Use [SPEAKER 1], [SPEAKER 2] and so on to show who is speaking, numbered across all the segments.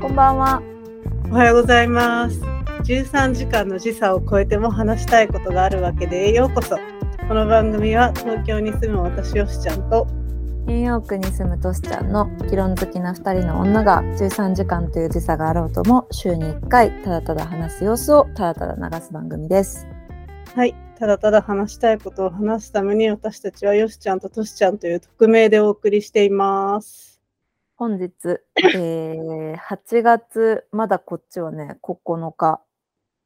[SPEAKER 1] こんばんは。
[SPEAKER 2] おはようございます。13時間の時差を超えても話したいことがあるわけでようこそ。この番組は東京に住む私よしちゃんと
[SPEAKER 1] ニューヨークに住むトシちゃんの議論好きな2人の女が13時間という時差があろうとも週に1回ただただ話す様子をただただ流す番組です。
[SPEAKER 2] はいただただ話したいことを話すために私たちはよしちゃんととしちゃんという匿名でお送りしています。
[SPEAKER 1] 本日、えー8月、まだこっちはね、9日、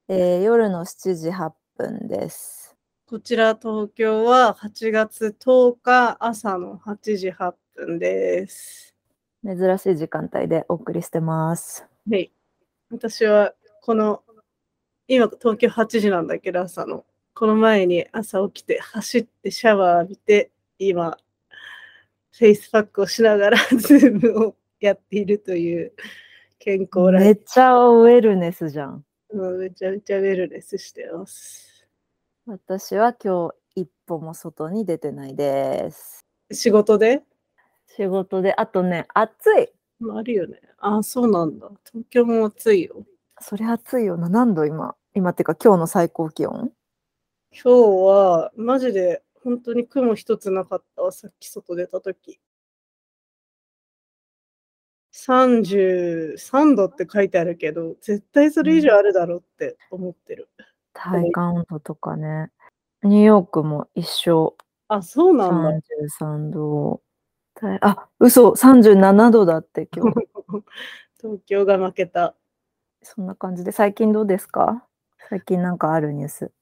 [SPEAKER 1] えー夜の7時8分です。
[SPEAKER 2] こちら東京は8月10日朝の8時8分です。
[SPEAKER 1] 珍しい時間帯でお送りしてます。
[SPEAKER 2] はい。私はこの今東京8時なんだけど朝のこの前に朝起きて走ってシャワー浴びて今フェイスパックをしながら ズームをやっているという健康ラ
[SPEAKER 1] め
[SPEAKER 2] イ
[SPEAKER 1] っちゃウェルネスじゃん。
[SPEAKER 2] フのめちゃめちゃウェルネスしてます。
[SPEAKER 1] 私は今日一歩も外に出てないです。
[SPEAKER 2] 仕事で
[SPEAKER 1] 仕事で、あとね、暑い。
[SPEAKER 2] まああるよね。ああ、そうなんだ。東京も暑いよ。
[SPEAKER 1] それ暑いよな。何度今今っていうか今日の最高気温
[SPEAKER 2] 今日はマジで本当に雲一つなかったわさっき外出た時33度って書いてあるけど絶対それ以上あるだろうって思ってる、
[SPEAKER 1] 体感温度とかね。ニューヨークも一緒。
[SPEAKER 2] あそうなんだ、
[SPEAKER 1] 33度。たいあ、嘘、37度だって今 日。
[SPEAKER 2] 東京が負けた
[SPEAKER 1] そんな感じで、最近どうですか最近なんかあるニュース。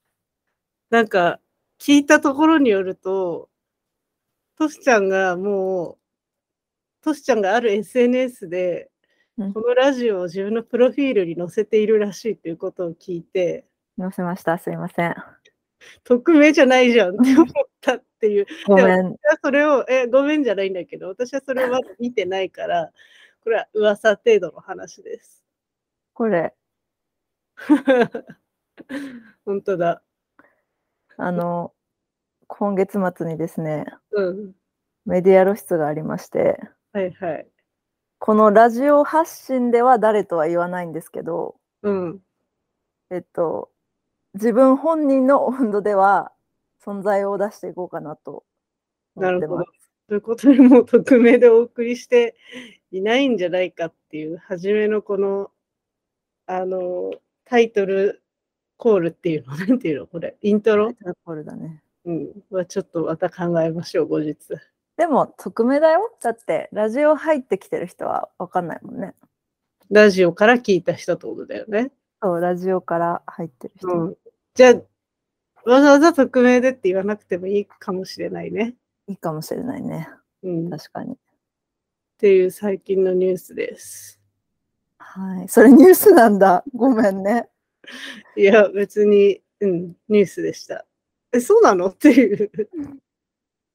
[SPEAKER 2] なんか聞いたところによるとトシちゃんがもうトシちゃんがある SNS で
[SPEAKER 1] うん
[SPEAKER 2] このラジオを自分のプロフィールに載せているらしいということを聞いて、
[SPEAKER 1] 載せました。すいません。
[SPEAKER 2] 匿名じゃないじゃんって思ったっていう。
[SPEAKER 1] ごめん。
[SPEAKER 2] 私はそれを、え、ごめんじゃないんだけど、私はそれをまだ見てないから、これは噂程度の話です。
[SPEAKER 1] これ、
[SPEAKER 2] 本当だ。
[SPEAKER 1] あの、今月末にですね、
[SPEAKER 2] うん。
[SPEAKER 1] メディア露出がありまして、
[SPEAKER 2] はいはい。
[SPEAKER 1] このラジオ発信では誰とは言わないんですけど、
[SPEAKER 2] うん。
[SPEAKER 1] えっと、自分本人の温度では存在を出していこうかなと思って
[SPEAKER 2] なるほ
[SPEAKER 1] ま
[SPEAKER 2] ど
[SPEAKER 1] す。
[SPEAKER 2] ということで、もう匿名でお送りしていないんじゃないかっていう、初めのこの、あの、タイトルコールっていうの、なんていうのこれ、イント
[SPEAKER 1] タ
[SPEAKER 2] ロ、
[SPEAKER 1] イトルコールだね。
[SPEAKER 2] うん、はちょっとまた考えましょう、後日。
[SPEAKER 1] でも、匿名だよ。だって、ラジオ入ってきてる人は分かんないもんね。
[SPEAKER 2] ラジオから聞いた人ってことだよね。
[SPEAKER 1] そう、ラジオから入ってる人。
[SPEAKER 2] うん、じゃあ、わざわざ匿名でって言わなくてもいいかもしれないね。
[SPEAKER 1] いいかもしれないね。
[SPEAKER 2] うん、っ
[SPEAKER 1] 確かに。
[SPEAKER 2] ていう最近のニュースです。
[SPEAKER 1] はい。それニュースなんだ。ごめんね。
[SPEAKER 2] いや、別に、うん、ニュースでした。え、そうなのっていう、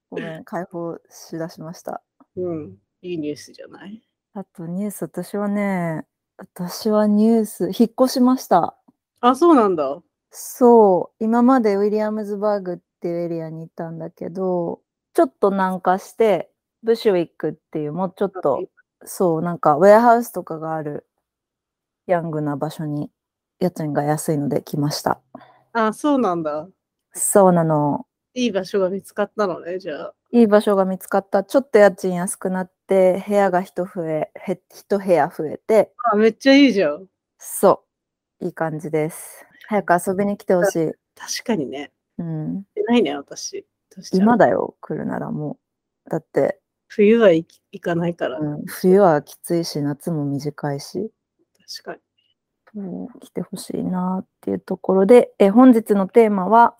[SPEAKER 1] ごめん。解放しだしました。
[SPEAKER 2] うん、いいニュースじゃない。
[SPEAKER 1] あと、ニュース、私はね、私はニュース、引っ越しました。
[SPEAKER 2] あ、そうなんだ。
[SPEAKER 1] そう、今までウィリアムズバーグっていうエリアにいたんだけど、ちょっと南下して、ブシュウィックっていう、もうちょっと、そう、なんかウェアハウスとかがある、ヤングな場所に、家賃が安いので来ました。
[SPEAKER 2] あ、そうなんだ。
[SPEAKER 1] そうなの。
[SPEAKER 2] いい場所が見つかったのね、じゃあ。
[SPEAKER 1] いい場所が見つかった。ちょっと家賃安くなって、部屋が一増え、へ一部屋増えて、
[SPEAKER 2] あ、めっちゃいいじゃん。
[SPEAKER 1] そう、いい感じです。早く遊びに来てほしい。
[SPEAKER 2] 確かにね。
[SPEAKER 1] うん。
[SPEAKER 2] 行ってないね、私。
[SPEAKER 1] 今
[SPEAKER 2] だ。
[SPEAKER 1] だよ、来るならもう。だって、
[SPEAKER 2] 冬は行き行かないから、
[SPEAKER 1] うん、冬はきついし夏も短いし、
[SPEAKER 2] 確かに。
[SPEAKER 1] そう来てほしいなっていうところでえ本日のテーマは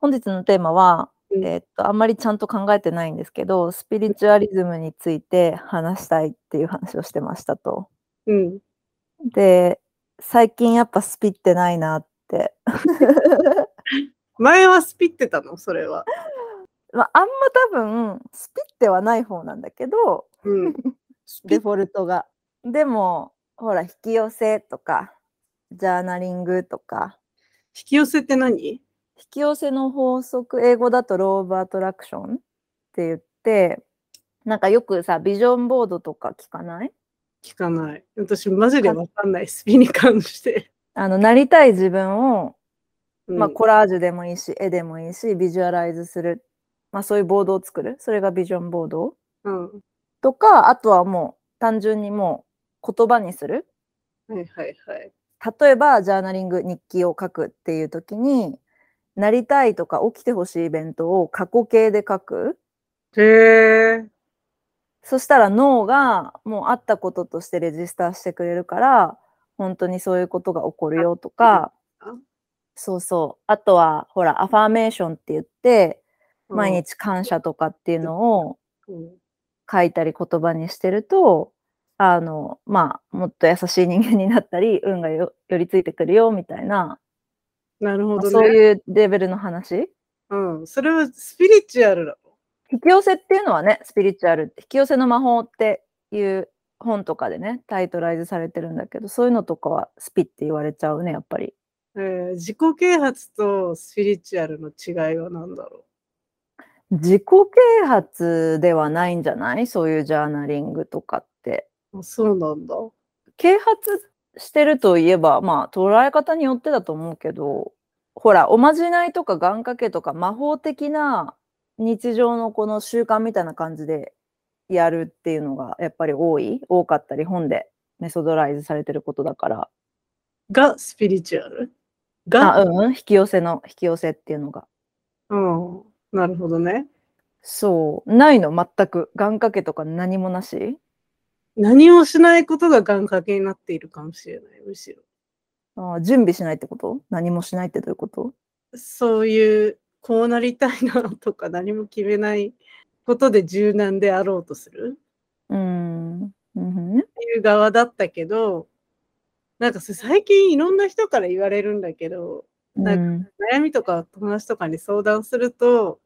[SPEAKER 1] 本日のテーマは、
[SPEAKER 2] うん
[SPEAKER 1] えーっとあんまりちゃんと考えてないんですけどスピリチュアリズムについて話したいっていう話をしてましたと。
[SPEAKER 2] うん。
[SPEAKER 1] で最近やっぱスピってないなって、
[SPEAKER 2] 前はスピってたの、それは。
[SPEAKER 1] まあ、あんま多分スピってはない方なんだけど
[SPEAKER 2] うん。スピ
[SPEAKER 1] デフォルトが。でもほら引き寄せとかジャーナリングとか
[SPEAKER 2] 引き寄せって何
[SPEAKER 1] 引き寄せの法則英語だとローブ・アトラクションって言ってなんかよくさビジョンボードとか聞かない
[SPEAKER 2] 聞かない。私、マジでわか んない、スピに関して。
[SPEAKER 1] あの、なりたい自分を、
[SPEAKER 2] うん
[SPEAKER 1] まあ、コラージュでもいいし、絵でもいいし、ビジュアライズする。まあ、そういうボードを作る。それがビジョンボード
[SPEAKER 2] うん。
[SPEAKER 1] とか、あとはもう、単純にもう、言葉にする。
[SPEAKER 2] はいはいはい。
[SPEAKER 1] 例えば、ジャーナリング、日記を書くっていう時に、なりたいとか起きてほしいイベントを過去形で書く。
[SPEAKER 2] へえ。
[SPEAKER 1] そしたら脳がもうあったこととしてレジスターしてくれるから、本当にそういうことが起こるよとか
[SPEAKER 2] あ、
[SPEAKER 1] そうそう。あとは、ほら、アファーメーションって言って、毎日感謝とかっていうのを
[SPEAKER 2] うん。
[SPEAKER 1] 書いたり言葉にしてると、あの、まあ、もっと優しい人間になったり、運がよ寄りついてくるよみたいな、
[SPEAKER 2] なるほどね。
[SPEAKER 1] そういうレベルの話。
[SPEAKER 2] うん。それはスピリチュアルだろ。
[SPEAKER 1] 引き寄せっていうのはね、スピリチュアルって、引き寄せの魔法っていう本とかでね、タイトライズされてるんだけど、そういうのとかはスピって言われちゃうね、やっぱり。
[SPEAKER 2] えー、自己啓発とスピリチュアルの違いは何だろ
[SPEAKER 1] 自己啓発ではないんじゃないそういうジャーナリングとかって。
[SPEAKER 2] うあそうなんだ。
[SPEAKER 1] 啓発してるといえば、まあ、捉え方によってだと思うけど、ほら、おまじないとか願掛けとか魔法的な日常のこの習慣みたいな感じでやるっていうのがやっぱり多い、多かったり、本でメソドライズされてることだから、
[SPEAKER 2] がスピリチュアルが、
[SPEAKER 1] あ、うん、引き寄せの、引き寄せっていうのが。
[SPEAKER 2] うん。なるほどね。
[SPEAKER 1] そう、ないの、全く。願掛けとか何もなし
[SPEAKER 2] 何もしないことが願掛けになっているかもしれない、むしろ。
[SPEAKER 1] あ準備しないってこと何もしないってどういうこと
[SPEAKER 2] そういう、こうなりたいなとか何も決めないことで柔軟であろうとする
[SPEAKER 1] うーん。うんふんね
[SPEAKER 2] っていう側だったけど、なんかそれ最近いろんな人から言われるんだけど、なんか
[SPEAKER 1] うん
[SPEAKER 2] 悩みとか友達とかに相談すると、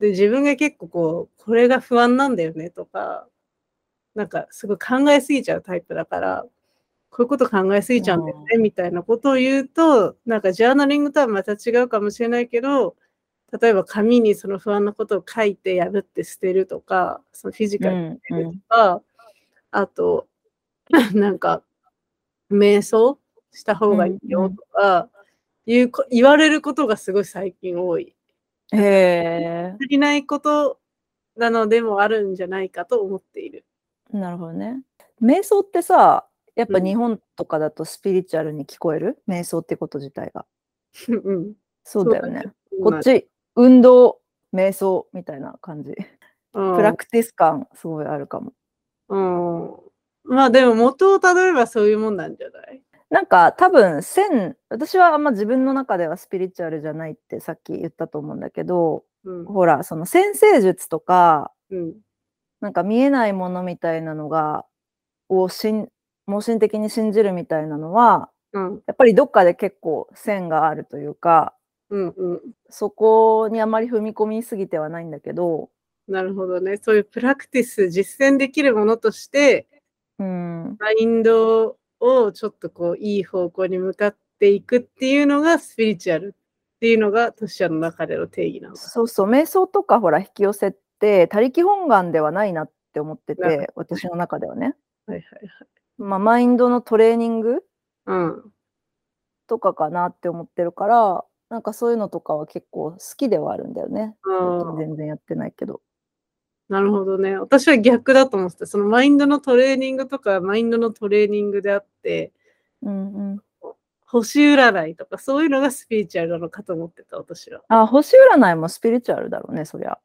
[SPEAKER 2] で、自分が結構こう、これが不安なんだよねとか、なんかすごい考えすぎちゃうタイプだから、こういうこと考えすぎちゃうんだよねみたいなことを言うと、なんかジャーナリングとはまた違うかもしれないけど、例えば紙にその不安なことを書いて破って捨てるとか、そのフィジカ
[SPEAKER 1] う
[SPEAKER 2] ル
[SPEAKER 1] ん
[SPEAKER 2] とか、あと、 なんか、瞑想した方がいいよとか、いうこ言われることがすごい最近多い。
[SPEAKER 1] うんへ
[SPEAKER 2] 足りないことなのでもあるんじゃないかと思っている。
[SPEAKER 1] え、なるほどね。瞑想ってさ、やっぱ
[SPEAKER 2] うん
[SPEAKER 1] 日本とかだとスピリチュアルに聞こえる、瞑想ってこと自体が。
[SPEAKER 2] うん
[SPEAKER 1] そうだよね。。
[SPEAKER 2] そう
[SPEAKER 1] こっち、運動、瞑想みたいな感じ。
[SPEAKER 2] うん
[SPEAKER 1] プラクティス感、すごいあるかも。
[SPEAKER 2] うんまあでも元をたどればそういうもんなんじゃない
[SPEAKER 1] なんか多分線私はあんま自分の中ではスピリチュアルじゃないってさっき言ったと思うんだけど
[SPEAKER 2] うん。
[SPEAKER 1] ほらその先生術とか
[SPEAKER 2] うん。
[SPEAKER 1] なんか見えないものみたいなのがを信盲信的に信じるみたいなのは
[SPEAKER 2] うん。
[SPEAKER 1] やっぱりどっかで結構線があるというか
[SPEAKER 2] うん。うん。
[SPEAKER 1] そこにあまり踏み込みすぎてはないんだけど
[SPEAKER 2] なるほどね。そういうプラクティス、実践できるものとして、
[SPEAKER 1] うん
[SPEAKER 2] マインドをちょっとこう、いい方向に向かっていくっていうのがスピリチュアルっていうのが、トシちゃんの中での定義なのか。
[SPEAKER 1] そうそう瞑想とかほら引き寄せって他力本願ではないなって思って
[SPEAKER 2] なる
[SPEAKER 1] て私の中ではね。
[SPEAKER 2] はいはい
[SPEAKER 1] まあ、マインドのトレーニング
[SPEAKER 2] はい。うん。
[SPEAKER 1] とかかなって思ってるからなんかそういうのとかは結構好きではあるんだよね。
[SPEAKER 2] あー
[SPEAKER 1] 全然やってないけど。
[SPEAKER 2] なるほどね。私は逆だと思ってた。そのマインドのトレーニングとか、マインドのトレーニングであって、
[SPEAKER 1] うんうん、
[SPEAKER 2] 星占いとか、そういうのがスピリチュアルなのかと思ってた、私 は。
[SPEAKER 1] あ星占いもスピリチュアルだろうねそりゃ。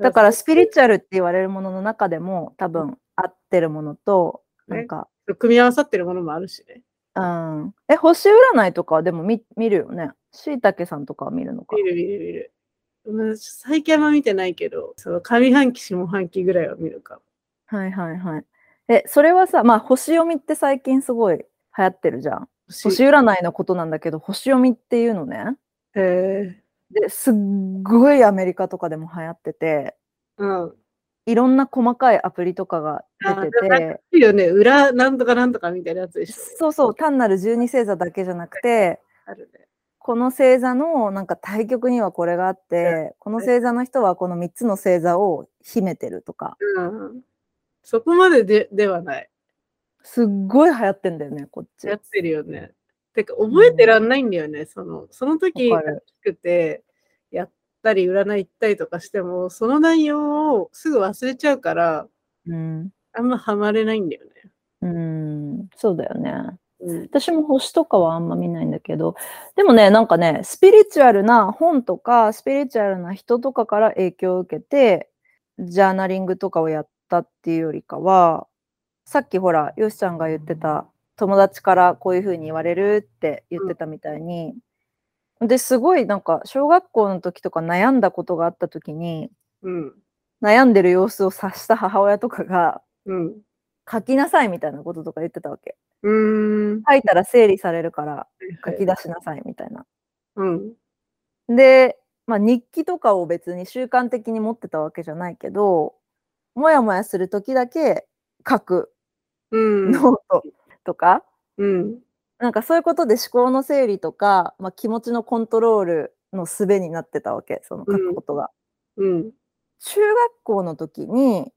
[SPEAKER 1] だからスピリチュアルって言われるものの中でも多分合ってるものと
[SPEAKER 2] ね
[SPEAKER 1] なんか、
[SPEAKER 2] 組み合わさってるものもあるしね。
[SPEAKER 1] うん、え星占いとかはでも見見るよね。しいたけさんとかは見るのか
[SPEAKER 2] 見。る見る見る。うん最近あんま見てないけど、その上半期、下半期ぐらいは見るか
[SPEAKER 1] はいはいはい。えそれはさまあ星読みって最近すごい流行ってるじゃん。
[SPEAKER 2] も。
[SPEAKER 1] 星占いのことなんだけど星読みっていうのね。
[SPEAKER 2] え
[SPEAKER 1] ですっごいアメリカとかでも流行ってて
[SPEAKER 2] ー、うん。
[SPEAKER 1] いろんな細かいアプリとかが
[SPEAKER 2] あ
[SPEAKER 1] 出
[SPEAKER 2] でもなん
[SPEAKER 1] てて
[SPEAKER 2] いいよね。裏、なんとかなんとかみたいなやつでしょ。
[SPEAKER 1] そうそう単なる12星座だけじゃなくて
[SPEAKER 2] あるね。
[SPEAKER 1] この星座のなんか対局にはこれがあってこの星座の人はこの3つの星座を秘めてるとか
[SPEAKER 2] うん。そこまででではない。
[SPEAKER 1] すっごい流行ってんだよね、こっち。
[SPEAKER 2] やってるよね。てか、覚えてらんないんだよね。その、その時、
[SPEAKER 1] わ
[SPEAKER 2] 大
[SPEAKER 1] かる
[SPEAKER 2] きくて、やったり、占い行ったりとかしても、その内容をすぐ忘れちゃうから、
[SPEAKER 1] うん。
[SPEAKER 2] あんまハマれないんだよね。
[SPEAKER 1] うん、そうだよね。
[SPEAKER 2] うん。
[SPEAKER 1] 私も星とかはあんま見ないんだけど、でもね、なんかね、スピリチュアルな本とか、スピリチュアルな人とかから影響を受けて、ジャーナリングとかをやったっていうよりかは、さっきほら、よしちゃんが言ってた、友達からこういうふうに言われるって言ってたみたいに、ですごいなんか、小学校の時とか悩んだことがあった時に、
[SPEAKER 2] うん。
[SPEAKER 1] 悩んでる様子を察した母親とかが、
[SPEAKER 2] うん。
[SPEAKER 1] 書きなさいみたいなこととか言ってたわけ。
[SPEAKER 2] うーん。
[SPEAKER 1] 書いたら整理されるから書き
[SPEAKER 2] だ。
[SPEAKER 1] 出しなさいみたいな。
[SPEAKER 2] うん。
[SPEAKER 1] で、まあ、日記とかを別に習慣的に持ってたわけじゃないけどもやもやする時だけ書く
[SPEAKER 2] うん。
[SPEAKER 1] ノートとか、
[SPEAKER 2] うん。
[SPEAKER 1] なんかそういうことで思考の整理とか、まあ、気持ちのコントロールの術になってたわけその書くことが。
[SPEAKER 2] うん。
[SPEAKER 1] 中学校の時に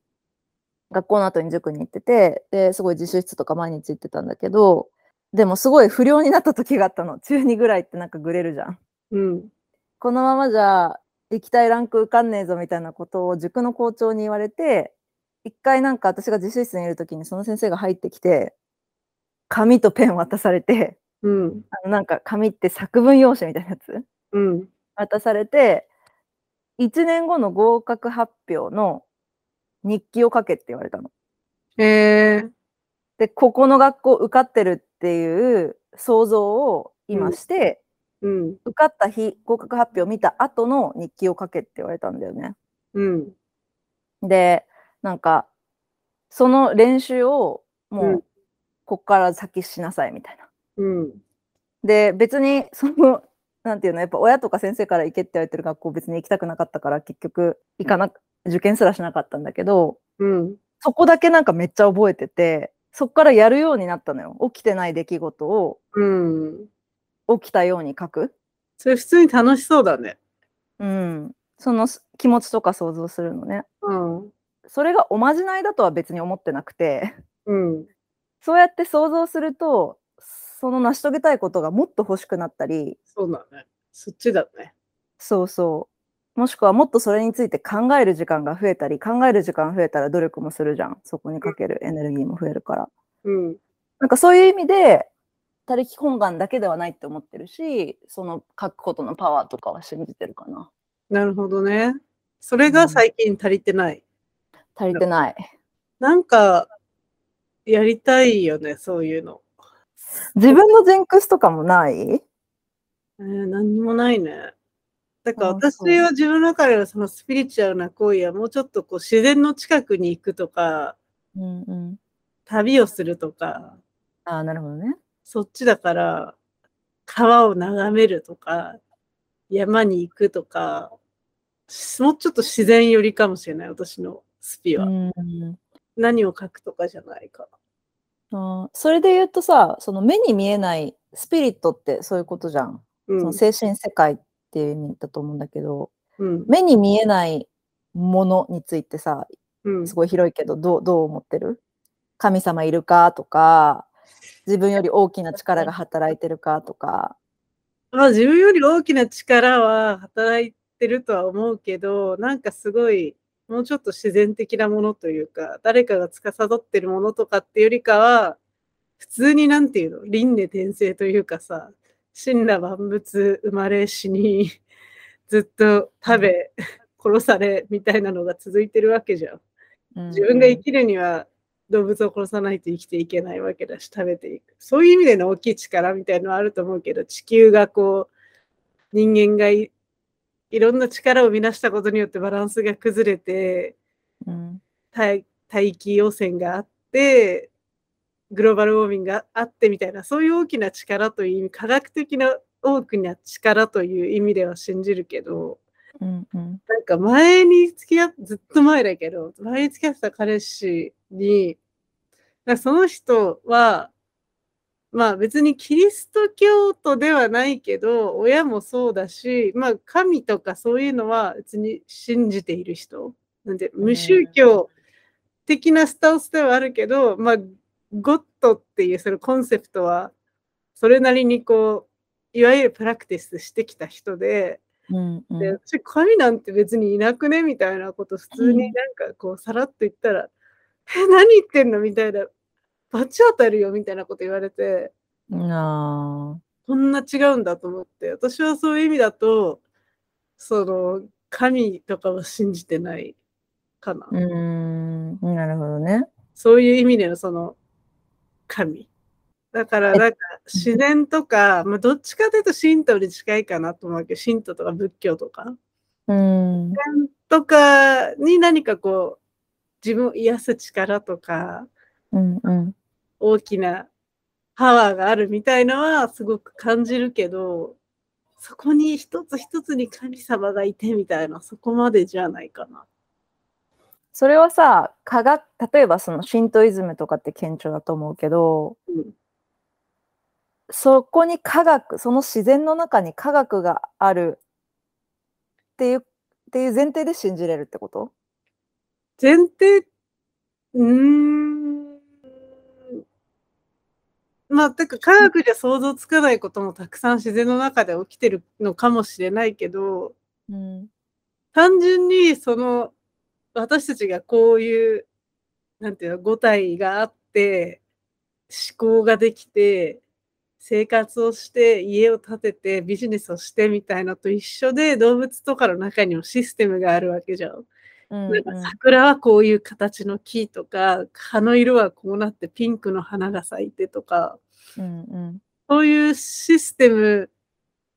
[SPEAKER 1] 学校の後に塾に行っててですごい自習室とか毎日行ってたんだけどでもすごい不良になった時があったの中2ぐらいってなんかグレるじゃん。
[SPEAKER 2] うん。
[SPEAKER 1] このままじゃ行きたいランク受かんねえぞみたいなことを塾の校長に言われて一回なんか私が自習室にいる時にその先生が入ってきて紙とペン渡されて
[SPEAKER 2] うん。
[SPEAKER 1] あのなんか紙って作文用紙みたいなやつ
[SPEAKER 2] うん。
[SPEAKER 1] 渡されて1年後の合格発表の日記を書けって言われたの。
[SPEAKER 2] えー。
[SPEAKER 1] でここの学校受かってるっていう想像を今して、
[SPEAKER 2] うん。
[SPEAKER 1] 受かった日合格発表見た後の日記を書けって言われたんだよね。
[SPEAKER 2] うん。
[SPEAKER 1] でなんかその練習をもう、
[SPEAKER 2] うん
[SPEAKER 1] こっから先しなさいみたいな。
[SPEAKER 2] うん。
[SPEAKER 1] で別に そのなんていうのやっぱ親とか先生から行けって言われてる学校別に行きたくなかったから結局行かな受験すらしなかったんだけど
[SPEAKER 2] うん。
[SPEAKER 1] そこだけなんかめっちゃ覚えててそっからやるようになったのよ起きてない出来事を
[SPEAKER 2] うん。
[SPEAKER 1] 起きたように書く、
[SPEAKER 2] それ普通に楽しそうだね。
[SPEAKER 1] うん、そのす気持ちとか想像するのね
[SPEAKER 2] うん。
[SPEAKER 1] それがおまじないだとは別に思ってなくて
[SPEAKER 2] うん。
[SPEAKER 1] そうやって想像するとその成し遂げたいことがもっと欲しくなったり
[SPEAKER 2] そうだね。そっちだね。
[SPEAKER 1] そうそう。もしくはもっとそれについて考える時間が増えたり、考える時間増えたら努力もするじゃん。そこにかけるエネルギーも増えるから。
[SPEAKER 2] うん。
[SPEAKER 1] なんかそういう意味で、他力本願だけではないって思ってるし、その書くことのパワーとかは信じてるかな。
[SPEAKER 2] なるほどね。それが最近足りてない。
[SPEAKER 1] 足りてない。
[SPEAKER 2] なんか、やりたいよね、そういうの。
[SPEAKER 1] 自分のジンクスとかもない
[SPEAKER 2] えー、何にもないね。だから
[SPEAKER 1] あー
[SPEAKER 2] 私
[SPEAKER 1] そう
[SPEAKER 2] は自分の中ではそのスピリチュアルな行為はもうちょっとこう自然の近くに行くとか、
[SPEAKER 1] うんうん。
[SPEAKER 2] 旅をするとか、
[SPEAKER 1] ああ、なるほどね。
[SPEAKER 2] そっちだから、川を眺めるとか、山に行くとか、しもうちょっと自然寄りかもしれない、私のスピは。
[SPEAKER 1] うん
[SPEAKER 2] 何を書くとかじゃないか。
[SPEAKER 1] あーそれで言うとさ、その目に見えないスピリットってそういうことじゃん。
[SPEAKER 2] う
[SPEAKER 1] そ
[SPEAKER 2] ん
[SPEAKER 1] の。精神世界っていう意味だと思うんだけど、
[SPEAKER 2] うん。
[SPEAKER 1] 目に見えないものについてさ
[SPEAKER 2] うん
[SPEAKER 1] すごい広いけどどうどう思ってる神様いるかとか自分より大きな力が働いてるかとか
[SPEAKER 2] まあ自分より大きな力は働いてるとは思うけど、なんかすごい、もうちょっと自然的なものというか、誰かが司ってるものとかっていうよりかは、普通になんていうの、輪廻転生というかさ、神羅万物生まれ死に、ずっと食べ、殺されみたいなのが続いてるわけじゃん。自分が生きるには動物を殺さないと生きていけないわけだし食べていくそういう意味での大きい力みたいのはあると思うけど地球がこう人間がいいろんな力を生み出したことによってバランスが崩れて
[SPEAKER 1] うん
[SPEAKER 2] 大大気汚染があってグローバルウォーミングがあってみたいなそういう大きな力という意味科学的な大きな力という意味では信じるけど、
[SPEAKER 1] うんうん
[SPEAKER 2] なんか前に付き合っずっと前だけど、前に付き合ってた彼氏に、なんかその人は、まあ別にキリスト教徒ではないけど、親もそうだし、まあ神とかそういうのは別に信じている人。なんで、無宗教っ的なスタンスではあるけど、まあ、ゴッドっていうそのコンセプトは、それなりにこう、いわゆるプラクティスしてきた人で、
[SPEAKER 1] うんうん
[SPEAKER 2] で私神なんて別にいなくねみたいなこと普通
[SPEAKER 1] う
[SPEAKER 2] に
[SPEAKER 1] ん
[SPEAKER 2] なんかこうさらっと言ったら「え何言ってんの?」みたいな「罰当たるよ」みたいなこと言われて
[SPEAKER 1] な
[SPEAKER 2] こんな違うんだと思って私はそういう意味だとその神とかは信じてないかな、
[SPEAKER 1] あうーんなるほどね。
[SPEAKER 2] そういう意味でのその神だからなんか自然とか、まあ、どっちかというと神道に近いかなと思うけど神道とか仏教とか。
[SPEAKER 1] うん
[SPEAKER 2] とかに何かこう自分を癒す力とか
[SPEAKER 1] うんうん
[SPEAKER 2] 大きなパワーがあるみたいのはすごく感じるけどそこに一つ一つに神様がいてみたいなそこまでじゃないかな。
[SPEAKER 1] それはさ科学例えばそのシントイズムとかって顕著だと思うけど
[SPEAKER 2] うん
[SPEAKER 1] そこに科学その自然の中に科学があるっていうっていう前提で信じれるってこと
[SPEAKER 2] 前提うーんまあてか科学じゃ想像つかないこともたくさん自然の中で起きてるのかもしれないけど、
[SPEAKER 1] うん
[SPEAKER 2] 単純にその私たちがこういうなんていうの五体があって思考ができて生活をして家を建ててビジネスをしてみたいのと一緒で動物とかの中にもシステムがあるわけじゃん。
[SPEAKER 1] うん
[SPEAKER 2] なんか桜はこういう形の木とか葉の色はこうなってピンクの花が咲いてとか
[SPEAKER 1] うん うん
[SPEAKER 2] そういうシステム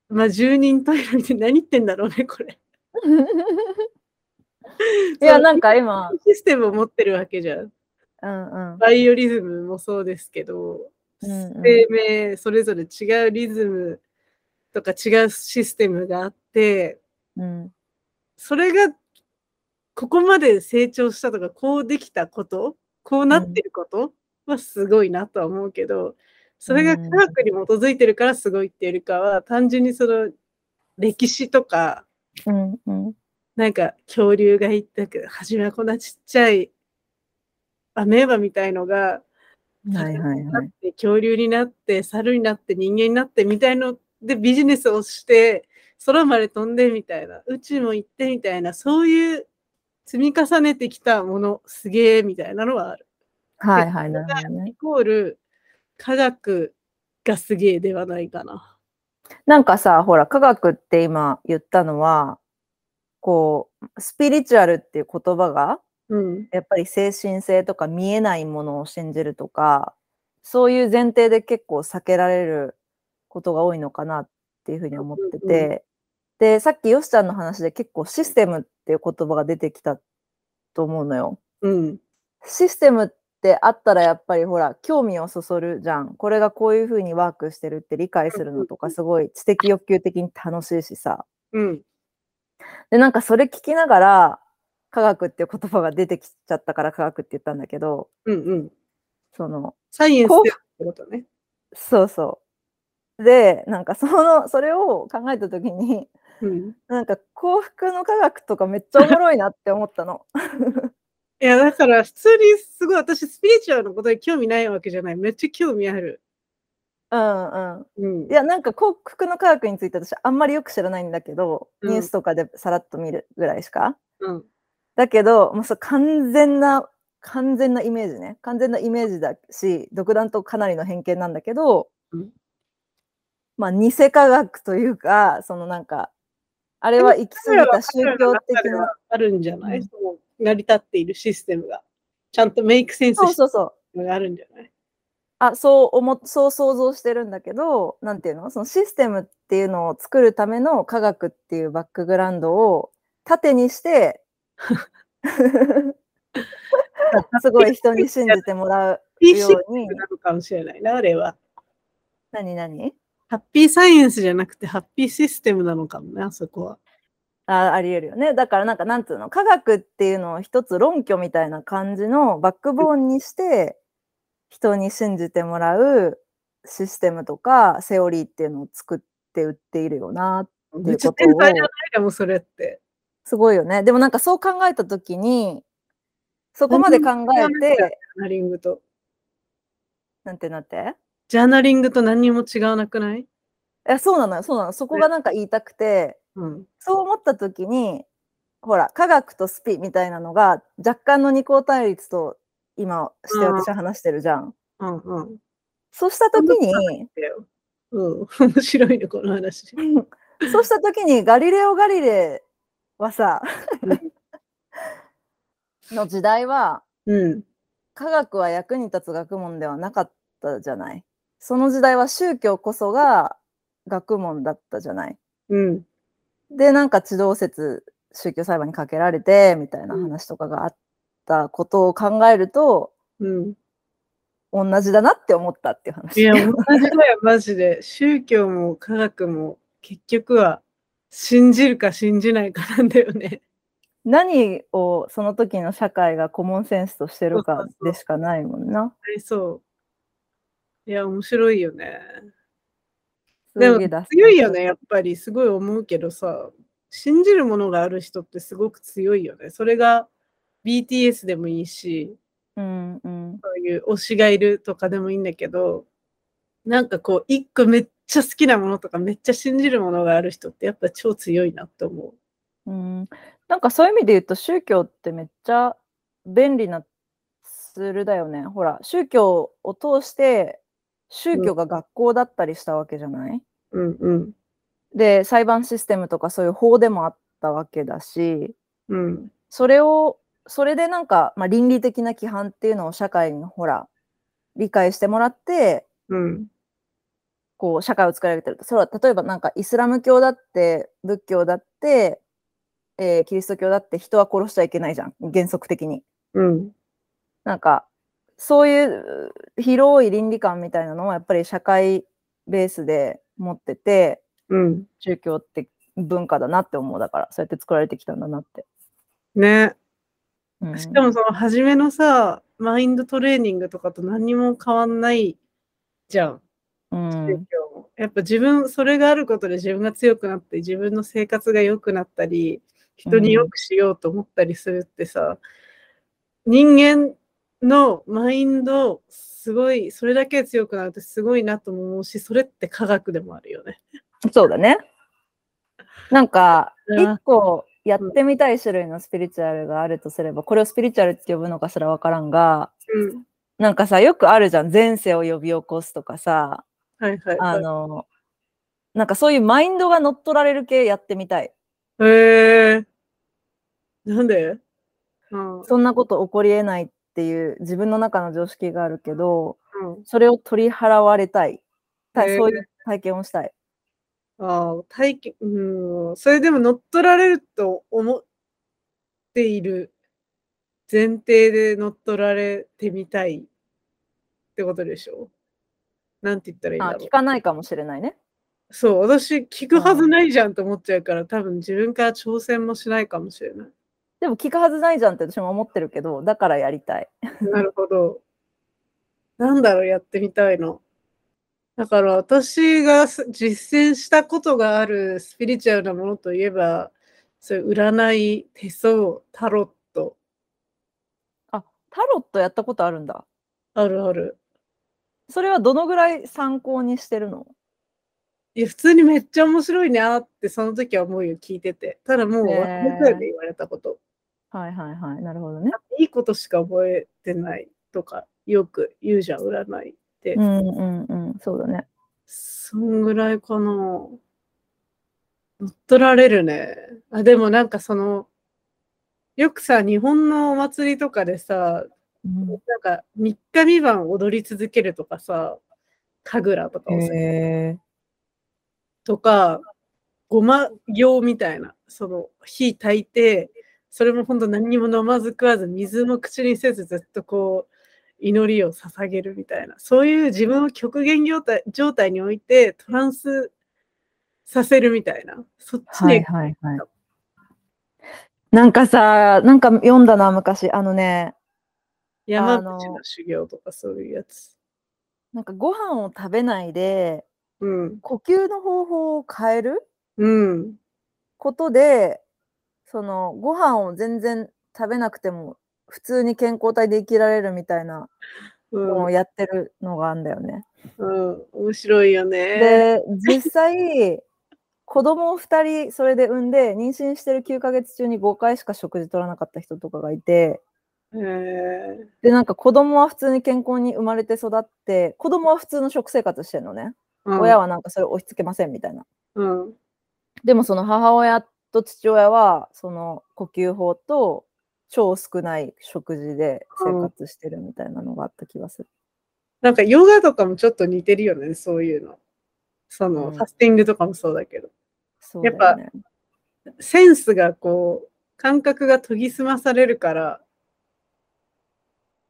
[SPEAKER 2] まあ住人トイレって何言ってんだろうねこれ。
[SPEAKER 1] いやなんか今
[SPEAKER 2] システムを持ってるわけじゃん。
[SPEAKER 1] うんうん
[SPEAKER 2] バイオリズムもそうですけど、
[SPEAKER 1] うんうん
[SPEAKER 2] 生命それぞれ違うリズムとか違うシステムがあって、
[SPEAKER 1] うん
[SPEAKER 2] それがここまで成長したとか、こうできたこと、こうなってることはすごいなとは思うけど、それが科学に基づいてるからすごいっていうよりかは、単純にその歴史とか、
[SPEAKER 1] うんうん
[SPEAKER 2] なんか恐竜がいたけど、初めはこんなちっちゃいアメーバみたいのが、
[SPEAKER 1] はいはい
[SPEAKER 2] なっ
[SPEAKER 1] はい。
[SPEAKER 2] て恐竜になって猿になって人間になってみたいのでビジネスをして空まで飛んでみたいな宇宙も行ってみたいなそういう積み重ねてきたものすげえみたいなのはある。
[SPEAKER 1] はいはい、なるほどね
[SPEAKER 2] イ。コール科学がすげえではないかな。
[SPEAKER 1] なんかさ、ほら、科学って今言ったのは、こう、スピリチュアルっていう言葉が、
[SPEAKER 2] うん、
[SPEAKER 1] やっぱり精神性とか見えないものを信じるとか、そういう前提で結構避けられることが多いのかなっていうふうに思って
[SPEAKER 2] うん
[SPEAKER 1] て、で、さっきよしちゃんの話で結構システムっていう言葉が出てきたと思うのよ。
[SPEAKER 2] うん、
[SPEAKER 1] システムってあったらやっぱりほら興味をそそるじゃんこれがこういうふうにワークしてるって理解するのとかすごい知的欲求的に楽しいしさ
[SPEAKER 2] うん、
[SPEAKER 1] でなんかそれ聞きながら科学っていう言葉が出てきちゃったから科学って言ったんだけど
[SPEAKER 2] うん、うん。
[SPEAKER 1] その
[SPEAKER 2] サイエンス
[SPEAKER 1] こう
[SPEAKER 2] ってことね。
[SPEAKER 1] そうそうでなんかそのそれを考えた時に
[SPEAKER 2] うん、
[SPEAKER 1] なんか幸福の科学とかめっちゃおもろいなって思ったの。
[SPEAKER 2] いや、だから普通にすごい私スピリチュアルのことに興味ないわけじゃない。めっちゃ興味ある。
[SPEAKER 1] うんうん
[SPEAKER 2] うん
[SPEAKER 1] い、やなんか幸福の科学について私あんまりよく知らないんだけど、
[SPEAKER 2] うん
[SPEAKER 1] ニュースとかでさらっと見るぐらいしか
[SPEAKER 2] うん、
[SPEAKER 1] だけどもうそう完全な完全なイメージね完全なイメージだし独断とかなりの偏見なんだけど、
[SPEAKER 2] うん
[SPEAKER 1] まあ偽科学というかそのなんかあれは行き過ぎた宗教的な
[SPEAKER 2] あるんじゃない、
[SPEAKER 1] うん
[SPEAKER 2] その成り立っているシステムが。ちゃんとメイクセンス
[SPEAKER 1] そう
[SPEAKER 2] した
[SPEAKER 1] そうそう
[SPEAKER 2] のがあるんじゃない
[SPEAKER 1] あそう思そう想像してるんだけどなんていうのそのシステムっていうのを作るための科学っていうバックグラウンドを縦にしてすごい人に信じてもらう
[SPEAKER 2] ピーシ
[SPEAKER 1] よ
[SPEAKER 2] ック
[SPEAKER 1] うに
[SPEAKER 2] なのかもしれないな、あれは。
[SPEAKER 1] 何何
[SPEAKER 2] ハッピーサイエンスじゃなくて、ハッピーシステムなのかもね、あそこは。
[SPEAKER 1] あありえるよねだからなんかなんつうの科学っていうのを一つ論拠みたいな感じのバックボーンにして人に信じてもらうシステムとかセオリーっていうのを作って売っているよなっ
[SPEAKER 2] めっちゃ天才じゃないかも、それって。
[SPEAKER 1] すごいよね。でもなんかそう考えたときに、そこまで考えて、
[SPEAKER 2] ジャーナリングと。
[SPEAKER 1] なんてなって
[SPEAKER 2] ジャーナリングと何にも違わなくない
[SPEAKER 1] えそうなのよそうなのそこがなんか言いたくて、
[SPEAKER 2] うん。
[SPEAKER 1] そう思った時にほら科学とスピみたいなのが若干の二項対立と今して
[SPEAKER 2] うん
[SPEAKER 1] 私は話してるじゃん。
[SPEAKER 2] うんうん。
[SPEAKER 1] そうした時に、
[SPEAKER 2] だようん。 面白いね、この話。
[SPEAKER 1] そうした時にガリレオ・ガリレイはさ
[SPEAKER 2] うん、
[SPEAKER 1] の時代は
[SPEAKER 2] うん。
[SPEAKER 1] 科学は役に立つ学問ではなかったじゃない。その時代は宗教こそが学問だったじゃない。
[SPEAKER 2] うん。
[SPEAKER 1] で、なんか地動説、宗教裁判にかけられて、みたいな話とかがあったことを考えると、
[SPEAKER 2] うん。
[SPEAKER 1] 同じだなって思ったっていう話。
[SPEAKER 2] い や、 同じだよ、マジで。宗教も科学も結局は信じるか信じないかなんだよね。
[SPEAKER 1] 何をその時の社会がコモンセンスとしてるかでしかないもんな。
[SPEAKER 2] そう。いや、面白いよね。でも
[SPEAKER 1] すげえ脱線
[SPEAKER 2] 強いよね、やっぱり。すごい思うけどさ、信じるものがある人ってすごく強いよね。それが BTS でもいいし、
[SPEAKER 1] うんうん。
[SPEAKER 2] そういう推しがいるとかでもいいんだけど、なんかこう、一個めっちゃ好きなものとか、めっちゃ信じるものがある人ってやっぱ超強いなって思う。
[SPEAKER 1] うん、なんかそういう意味で言うと宗教ってめっちゃ便利なツールだよね。ほら、宗教を通して宗教が学校だったりしたわけじゃない、
[SPEAKER 2] うんうん。
[SPEAKER 1] で、裁判システムとかそういう法でもあったわけだし、
[SPEAKER 2] うん。
[SPEAKER 1] それを、それでなんか、まあ、倫理的な規範っていうのを社会にほら、理解してもらって、
[SPEAKER 2] うん。
[SPEAKER 1] こう、社会を作られてる。それは、例えばなんか、イスラム教だって、仏教だって、えーキリスト教だって人は殺しちゃいけないじゃん、原則的に。
[SPEAKER 2] うん。
[SPEAKER 1] なんか、そういう広い倫理観みたいなのはやっぱり社会ベースで持ってて、
[SPEAKER 2] うん。
[SPEAKER 1] 宗教って文化だなって思うだから、そうやって作られてきたんだなって。
[SPEAKER 2] ね。
[SPEAKER 1] うん
[SPEAKER 2] しかもその初めのさ、マインドトレーニングとかと何も変わんないじゃん。
[SPEAKER 1] うん
[SPEAKER 2] 宗教もやっぱ自分、それがあることで自分が強くなって、自分の生活が良くなったり、人に良くしようと思ったりするってさ、人間のマインド、すごい、それだけ強くなるってすごいなとも思うし、それって科学でもあるよね。
[SPEAKER 1] そうだね。なんか、
[SPEAKER 2] うん
[SPEAKER 1] 一個やってみたい種類のスピリチュアルがあるとすれば、これをスピリチュアルって呼ぶのかすらわからんが、
[SPEAKER 2] うん。
[SPEAKER 1] なんかさ、よくあるじゃん。前世を呼び起こすとかさ、
[SPEAKER 2] はいはい、
[SPEAKER 1] あ
[SPEAKER 2] はい。
[SPEAKER 1] の、なんかそういうマインドが乗っ取られる系やってみたい。
[SPEAKER 2] へえ。なんでうん。
[SPEAKER 1] そんなこと起こりえないっていう自分の中の常識があるけど、
[SPEAKER 2] うん
[SPEAKER 1] それを取り払われたい。た
[SPEAKER 2] へー
[SPEAKER 1] そういう体験をしたい。
[SPEAKER 2] ああ、体験、うん。それでも乗っ取られると思っている前提で乗っ取られてみたいってことでしょなんて言ったらいいんだ
[SPEAKER 1] あ
[SPEAKER 2] ろ
[SPEAKER 1] 聞かないかもしれないね。
[SPEAKER 2] う。そう、私聞くは
[SPEAKER 1] う
[SPEAKER 2] ず
[SPEAKER 1] ん
[SPEAKER 2] ないじゃんと思っちゃうから、多分自分から挑戦もしないかもしれない。
[SPEAKER 1] でも聞くはずないじゃんって私も思ってるけど、だからやりたい。
[SPEAKER 2] なるほど。なんだろう、やってみたいの。だから私がす実践したことがあるスピリチュアルなものといえば、そういう占い、手相、タロット、
[SPEAKER 1] タロットやったことあるんだ。
[SPEAKER 2] あるある。
[SPEAKER 1] それはどのぐらい参考にしてるの
[SPEAKER 2] いや、普通にめっちゃ面白いなって、その時は思うよ、聞いてて。ただもう忘れたよね、言われたこと。
[SPEAKER 1] はいはいはい。なるほどね。
[SPEAKER 2] いいことしか覚えてないとか、よく言うじゃん、占いって。
[SPEAKER 1] うんうんうん。そうだね。
[SPEAKER 2] そんぐらいかな。乗っ取られるね。あ、でもなんかその、よくさ、日本のお祭りとかでさ、
[SPEAKER 1] うん
[SPEAKER 2] なんか3日3晩踊り続けるとかさ、神楽とかをさ、
[SPEAKER 1] へ
[SPEAKER 2] とか、ごま行みたいな、その火炊いて、それも本当何にも飲まず食わず、水も口にせずずっとこう、祈りを捧げるみたいな、そういう自分を極限状態状態に置いてトランスさせるみたいな、そっち
[SPEAKER 1] はい
[SPEAKER 2] に、
[SPEAKER 1] はいはい。なんかさ、なんか読んだな、昔。あのね、
[SPEAKER 2] 山
[SPEAKER 1] あの
[SPEAKER 2] 口の修行とかそういうやつ。
[SPEAKER 1] なんかご飯を食べないで、
[SPEAKER 2] うん、
[SPEAKER 1] 呼吸の方法を変える
[SPEAKER 2] うん、
[SPEAKER 1] ことで、その、ご飯を全然食べなくても普通に健康体で生きられるみたいな
[SPEAKER 2] うん
[SPEAKER 1] のをやってるのがあるんだよね。
[SPEAKER 2] うん、面白いよね。
[SPEAKER 1] で実際子供を2人それで産んで妊娠してる9ヶ月中に5回しか食事取らなかった人とかがいて
[SPEAKER 2] えー
[SPEAKER 1] でなんか子供は普通に健康に生まれて育って子供は普通の食生活してるのね、
[SPEAKER 2] うん、
[SPEAKER 1] 親はなんかそれ押し付けませんみたいな。
[SPEAKER 2] うん、
[SPEAKER 1] でもその母親と父親はその呼吸法と超少ない食事で生活してるみたいなのがあった気がする。
[SPEAKER 2] なんかヨガとかもちょっと似てるよね、そういうの。その、
[SPEAKER 1] うん
[SPEAKER 2] ファスティングとかもそうだけど。
[SPEAKER 1] そうだよね。
[SPEAKER 2] センスがこう、感覚が研ぎ澄まされるから、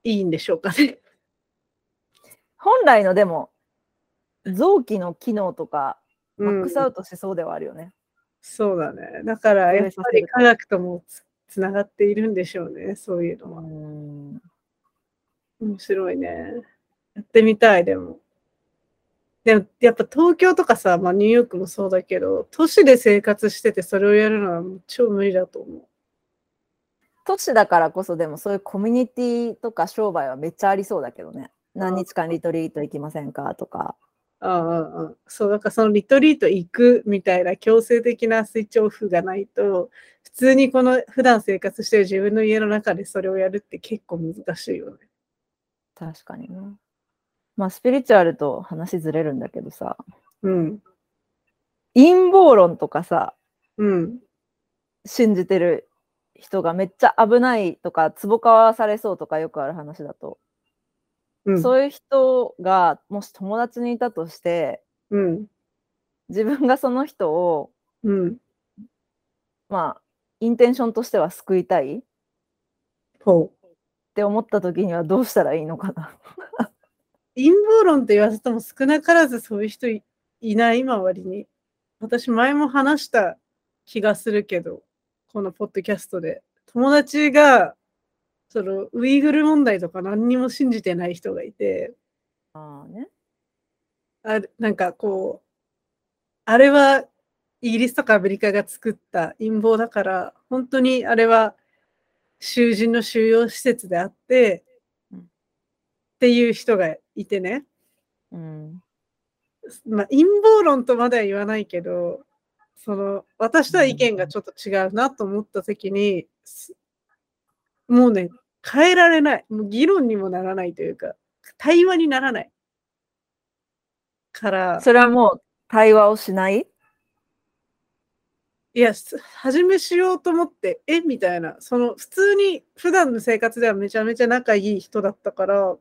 [SPEAKER 2] いいんでしょうかね。
[SPEAKER 1] 本来のでも臓器の機能とかマ
[SPEAKER 2] う
[SPEAKER 1] ッ
[SPEAKER 2] ん
[SPEAKER 1] クスアウトしそうではあるよね。
[SPEAKER 2] そうだね。だから、やっぱり科学ともつつながっているんでしょうね、そういうのは。
[SPEAKER 1] うん
[SPEAKER 2] 面白いね。やってみたい、でも。でも、やっぱ東京とかさ、まあニューヨークもそうだけど、都市で生活しててそれをやるのはもう超無理だと思
[SPEAKER 1] 都市だからこそでもそういうコミュニティとか商売はめっちゃありそうだけどね。何日間リトリート行きませんかとか。
[SPEAKER 2] う。うんうんうん。そう、だからそのリトリート行くみたいな強制的なスイッチオフがないと、普通にこの普段生活してる自分の家の中でそれをやるって結構難しいよね。
[SPEAKER 1] 確かにね。まあスピリチュアルと話ずれるんだけどさ
[SPEAKER 2] うん。
[SPEAKER 1] 陰謀論とかさ
[SPEAKER 2] うん。
[SPEAKER 1] 信じてる人がめっちゃ危ないとか壺かわされそうとかよくある話だと、
[SPEAKER 2] うん。
[SPEAKER 1] そういう人がもし友達にいたとして
[SPEAKER 2] うん。
[SPEAKER 1] 自分がその人を
[SPEAKER 2] うん。
[SPEAKER 1] まあインテンションとしては救いたいっ
[SPEAKER 2] ほう。
[SPEAKER 1] て思った時にはどうしたらいいのかな
[SPEAKER 2] 陰謀論って言わせても少なからずそういう人いいない今割に私前も話した気がするけどこのポッドキャストで友達がそのウイグル問題とか何にも信じてない人がいて
[SPEAKER 1] ああね
[SPEAKER 2] あるなんかこうあれはイギリスとかアメリカが作った陰謀だから本当にあれは囚人の収容施設であって、
[SPEAKER 1] うん
[SPEAKER 2] っていう人がいてね、
[SPEAKER 1] うん
[SPEAKER 2] まあ、陰謀論とまでは言わないけどその私とは意見がちょっと違うなと思った時にすもうね変えられないもう議論にもならないというか対話にならないから
[SPEAKER 1] それはもう対話をしない
[SPEAKER 2] いやす始めしようと思ってえみたいなその普通に普段の生活ではめちゃめちゃ仲いい人だったから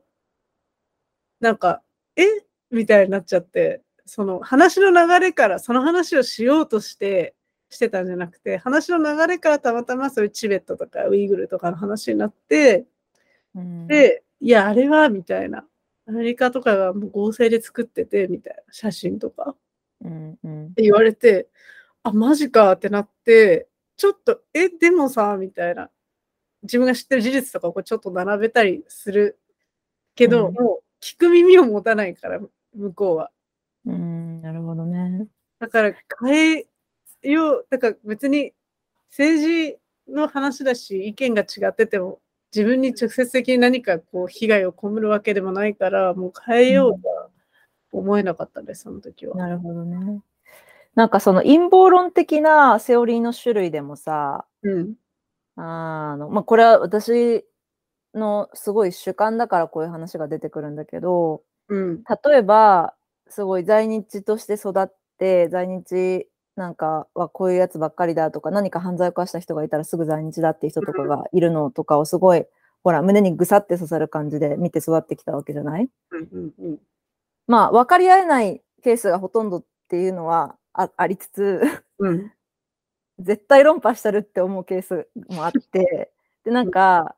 [SPEAKER 2] なんかえみたいになっちゃってその話の流れからその話をしようとしてしてたんじゃなくて話の流れからたまたまそういうチベットとかウイグルとかの話になって
[SPEAKER 1] うん
[SPEAKER 2] で、いや、あれは、みたいな。アメリカとかがもう合成で作ってて、みたいな。写真とか。っ
[SPEAKER 1] うんうん
[SPEAKER 2] て言われて、あ、マジかってなって、ちょっと、え、でもさ、みたいな。自分が知ってる事実とかをこうちょっと並べたりするけど、
[SPEAKER 1] うん
[SPEAKER 2] もう聞く耳を持たないから、向こうは。
[SPEAKER 1] うんなるほどね
[SPEAKER 2] だから変えよう、だから別に政治の話だし、意見が違ってても、自分に直接的に何かこう被害を被るわけでもないから、もう変えようとは思えなかったです、その時は。
[SPEAKER 1] なるほどねなんかその陰謀論的なセオリーの種類でもさ
[SPEAKER 2] うん。
[SPEAKER 1] あの、まあ、これは私のすごい主観だからこういう話が出てくるんだけど、
[SPEAKER 2] うん。
[SPEAKER 1] 例えば、すごい在日として育って、在日なんかはこういうやつばっかりだとか、何か犯罪を犯した人がいたらすぐ在日だっていう人とかがいるのとかをすごい、ほら、胸にぐさって刺さる感じで見て育ってきたわけじゃない
[SPEAKER 2] うん。うん。うん。
[SPEAKER 1] まあ、分かり合えないケースがほとんどっていうのはあありつつ、
[SPEAKER 2] うん。
[SPEAKER 1] 絶対論破してるって思うケースもあ ってでなんか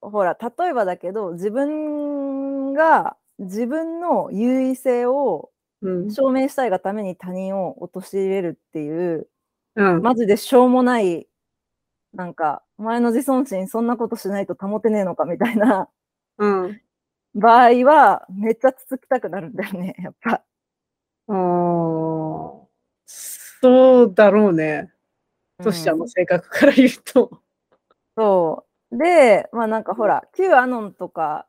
[SPEAKER 1] ほら例えばだけど自分が自分の優位性を
[SPEAKER 2] うん。
[SPEAKER 1] 証明したいがために他人を陥れるっていう
[SPEAKER 2] うん。
[SPEAKER 1] マジでしょうもないなんかお前の自尊心そんなことしないと保てねえのかみたいな
[SPEAKER 2] うん。
[SPEAKER 1] 場合はめっちゃつつきたくなるんだよねやっぱ。
[SPEAKER 2] あーそうだろうね。トシちゃんの性格から言うと。
[SPEAKER 1] そで、まあなんかほら、旧アノンとか、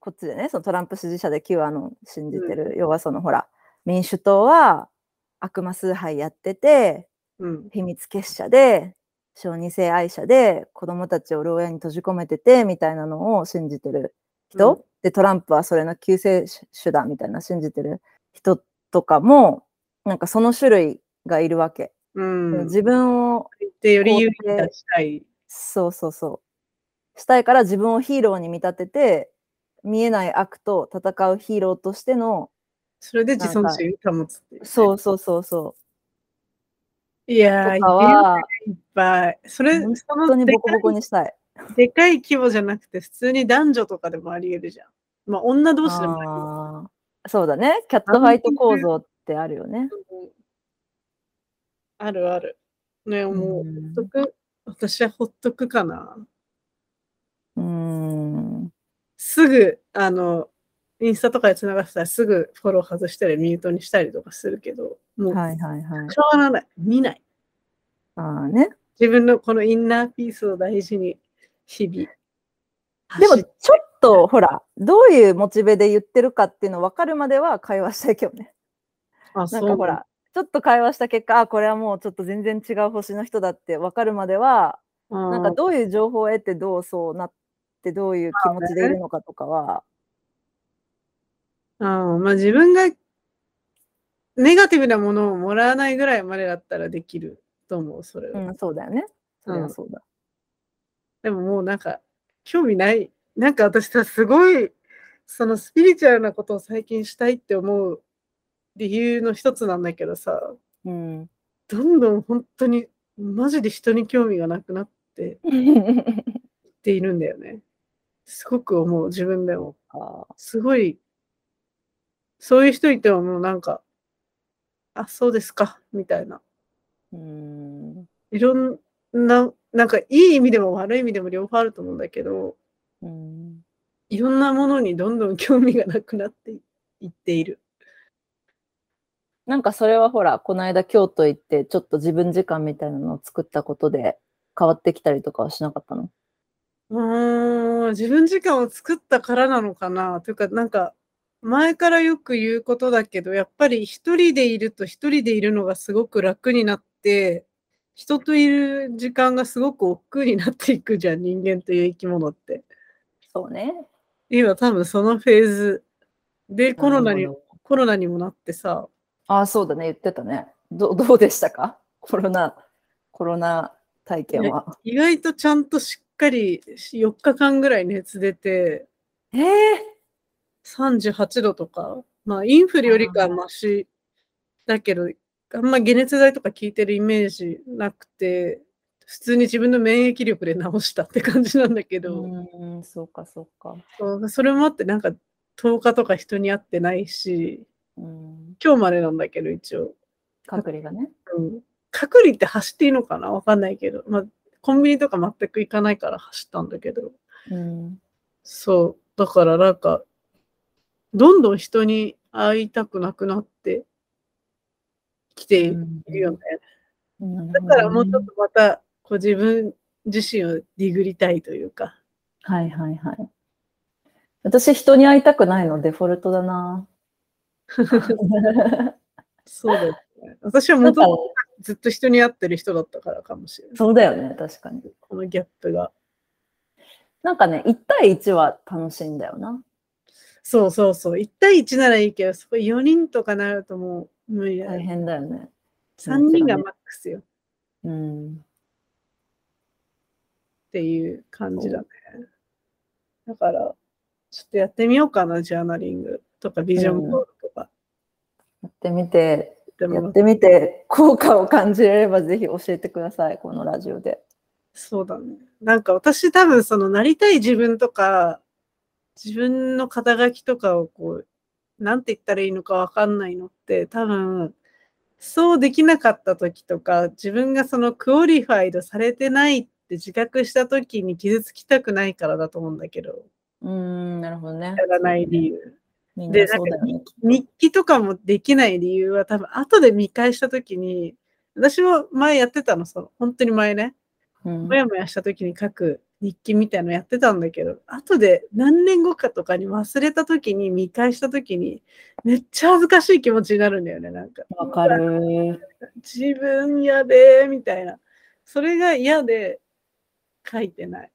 [SPEAKER 1] こっちでね、そのトランプ支持者で旧アノン信じてる、要はそのほら、民主党は悪魔崇拝やってて、
[SPEAKER 2] うん。
[SPEAKER 1] 秘密結社で、小児性愛者で、子供たちを牢屋に閉じ込めてて、みたいなのを信じてる人、
[SPEAKER 2] うん
[SPEAKER 1] で、トランプはそれの救世主だ、みたいな信じてる人とかも、なんかその種類がいるわけ。
[SPEAKER 2] うん。
[SPEAKER 1] 自分を
[SPEAKER 2] で、より有利に出したい。
[SPEAKER 1] そうそうそう。したいから自分をヒーローに見立てて、見えない悪と戦うヒーローとしての、
[SPEAKER 2] それで自尊心を保つっていうね、
[SPEAKER 1] そうそうそうそ。
[SPEAKER 2] いうやー、
[SPEAKER 1] と
[SPEAKER 2] い
[SPEAKER 1] かは、
[SPEAKER 2] っぱい。それ、
[SPEAKER 1] 本
[SPEAKER 2] そ
[SPEAKER 1] 本当
[SPEAKER 2] の
[SPEAKER 1] に
[SPEAKER 2] で
[SPEAKER 1] ボコ
[SPEAKER 2] か
[SPEAKER 1] ボコ
[SPEAKER 2] い
[SPEAKER 1] にしたい。
[SPEAKER 2] でかい規模じゃなくて、普通に男女とかでもあり得るじゃん。まあ、女同士でもあり得る
[SPEAKER 1] あーそうだね。キャットファイト構造ってあるよね。
[SPEAKER 2] あるある。ね、もう、
[SPEAKER 1] う
[SPEAKER 2] ほっとく、私はほっとくかな。
[SPEAKER 1] ん。う
[SPEAKER 2] すぐ、あの、インスタとかでつながってたらすぐフォロー外したりミュートにしたりとかするけど、
[SPEAKER 1] ー
[SPEAKER 2] もうん変
[SPEAKER 1] はいはいはい。
[SPEAKER 2] わらない。見ない。
[SPEAKER 1] ああね。
[SPEAKER 2] 自分のこのインナーピースを大事に、日々。
[SPEAKER 1] でも、
[SPEAKER 2] 走
[SPEAKER 1] ち
[SPEAKER 2] っ
[SPEAKER 1] ょっと、ほら、どういうモチベで言ってるかっていうの分かるまでは会話したいけどね。
[SPEAKER 2] あ、
[SPEAKER 1] な
[SPEAKER 2] そ
[SPEAKER 1] んか
[SPEAKER 2] う
[SPEAKER 1] ほら、ちょっと会話した結果、あこれはもうちょっと全然違う星の人だって分かるまでは、
[SPEAKER 2] な
[SPEAKER 1] なんん
[SPEAKER 2] だ。
[SPEAKER 1] か
[SPEAKER 2] うん
[SPEAKER 1] どういう情報を得て、どうそうなって、どういう気持ちでいるのかとかは、
[SPEAKER 2] うん、まあ自分がネガティブなものをもらわないぐらいまでだったらできると思う、それは。
[SPEAKER 1] うん、そうだよね。それはそうだ。
[SPEAKER 2] でももうなんか、興味ない。なんか私さ、すごい、そのスピリチュアルなことを最近したいって思う理由の一つなんだけどさ、
[SPEAKER 1] うん。
[SPEAKER 2] どんどん本当に、マジで人に興味がなくなって いっているんだよね。すごく思う、自分でも。
[SPEAKER 1] あ
[SPEAKER 2] すごい、そういう人いてはもうなんか、あ、そうですか、みたいな。
[SPEAKER 1] うん。
[SPEAKER 2] いろんな、なんかいい意味でも悪い意味でも両方あると思うんだけど、
[SPEAKER 1] うん。
[SPEAKER 2] いろんなものにどんどん興味がなくなっていっている。
[SPEAKER 1] なんかそれはほら、この間京都行って、ちょっと自分時間みたいなのを作ったことで、変わってきたりとかはしなかったの
[SPEAKER 2] うーん、自分時間を作ったからなのかな。というか、なんか、前からよく言うことだけど、やっぱり一人でいると一人でいるのがすごく楽になって、人といる時間がすごく億劫になっていくじゃん、人間という生き物って。
[SPEAKER 1] そうね。
[SPEAKER 2] 今多分そのフェーズでコロナに
[SPEAKER 1] なる、ほど
[SPEAKER 2] コロナにもなってさ、
[SPEAKER 1] ああ、そうだね。言ってたね。ど どうでしたかコロナ、コロナ体験は。
[SPEAKER 2] 意外とちゃんとしっかり4日間ぐらい熱出て、
[SPEAKER 1] ええ
[SPEAKER 2] 38度とか、まあインフルよりかはマシだけど、あんま解熱剤とか効いてるイメージなくて、普通に自分の免疫力で治したって感じなんだけど、
[SPEAKER 1] うん、そうか、そうか。
[SPEAKER 2] そうそれもあってなんか10日とか人に会ってないし、
[SPEAKER 1] うん、
[SPEAKER 2] 今日までなんだけど一応。
[SPEAKER 1] 隔離がね。
[SPEAKER 2] うん隔離って走っていいのかなわかんないけど、まあ、コンビニとか全く行かないから走ったんだけど、
[SPEAKER 1] うん、
[SPEAKER 2] そう、だからなんか、どんどん人に会いたくなくなってきているよね。
[SPEAKER 1] うん
[SPEAKER 2] だからもうちょっとまた、こう自分自身をディグりたいというか、
[SPEAKER 1] はいはいはい。私、人に会いたくないの、デフォルトだな。
[SPEAKER 2] そうだよね。私はも
[SPEAKER 1] なん
[SPEAKER 2] と
[SPEAKER 1] か
[SPEAKER 2] もとずっと人に会ってる人だったからかもしれない。
[SPEAKER 1] そうだよね、確かに。
[SPEAKER 2] このギャップが。
[SPEAKER 1] なんかね、1対1は楽しいんだよな。
[SPEAKER 2] そうそうそう。1対1ならいいけど、そこ4人とかなるともう無理だよ
[SPEAKER 1] 大
[SPEAKER 2] ね。
[SPEAKER 1] 変だよね。
[SPEAKER 2] 3人がマックスよっ
[SPEAKER 1] うん。
[SPEAKER 2] ていう感じだね。だから、ちょっとやってみようかな、ジャーナリングとかビジョンボールとか。
[SPEAKER 1] やってみて、
[SPEAKER 2] で
[SPEAKER 1] やっ
[SPEAKER 2] も、
[SPEAKER 1] てみて、効果を感じれれば、ぜひ教えてください、このラジオで。
[SPEAKER 2] そうだね。なんか私多分そのなりたい自分とか、自分の肩書きとかをこう、なんて言ったらいいのかわかんないのって、多分、そうできなかった時とか、自分がそのクオリファイドされてないって自覚した時に傷つきたくないからだと思うんだけど、
[SPEAKER 1] うーん、なるほどね
[SPEAKER 2] や。らない理由。
[SPEAKER 1] みん
[SPEAKER 2] で
[SPEAKER 1] なそうだよね。
[SPEAKER 2] 日記とかもできない理由は多分後で見返した時に私も前やってたのその本当に前ね
[SPEAKER 1] うん
[SPEAKER 2] もやもやした時に書く日記みたいのやってたんだけど、後で何年後かとかに忘れた時に見返した時に、めっちゃ恥ずかしい気持ちになるんだよね、なんか。
[SPEAKER 1] わかる。
[SPEAKER 2] 自分やでーみたいな。それが嫌で書いてない。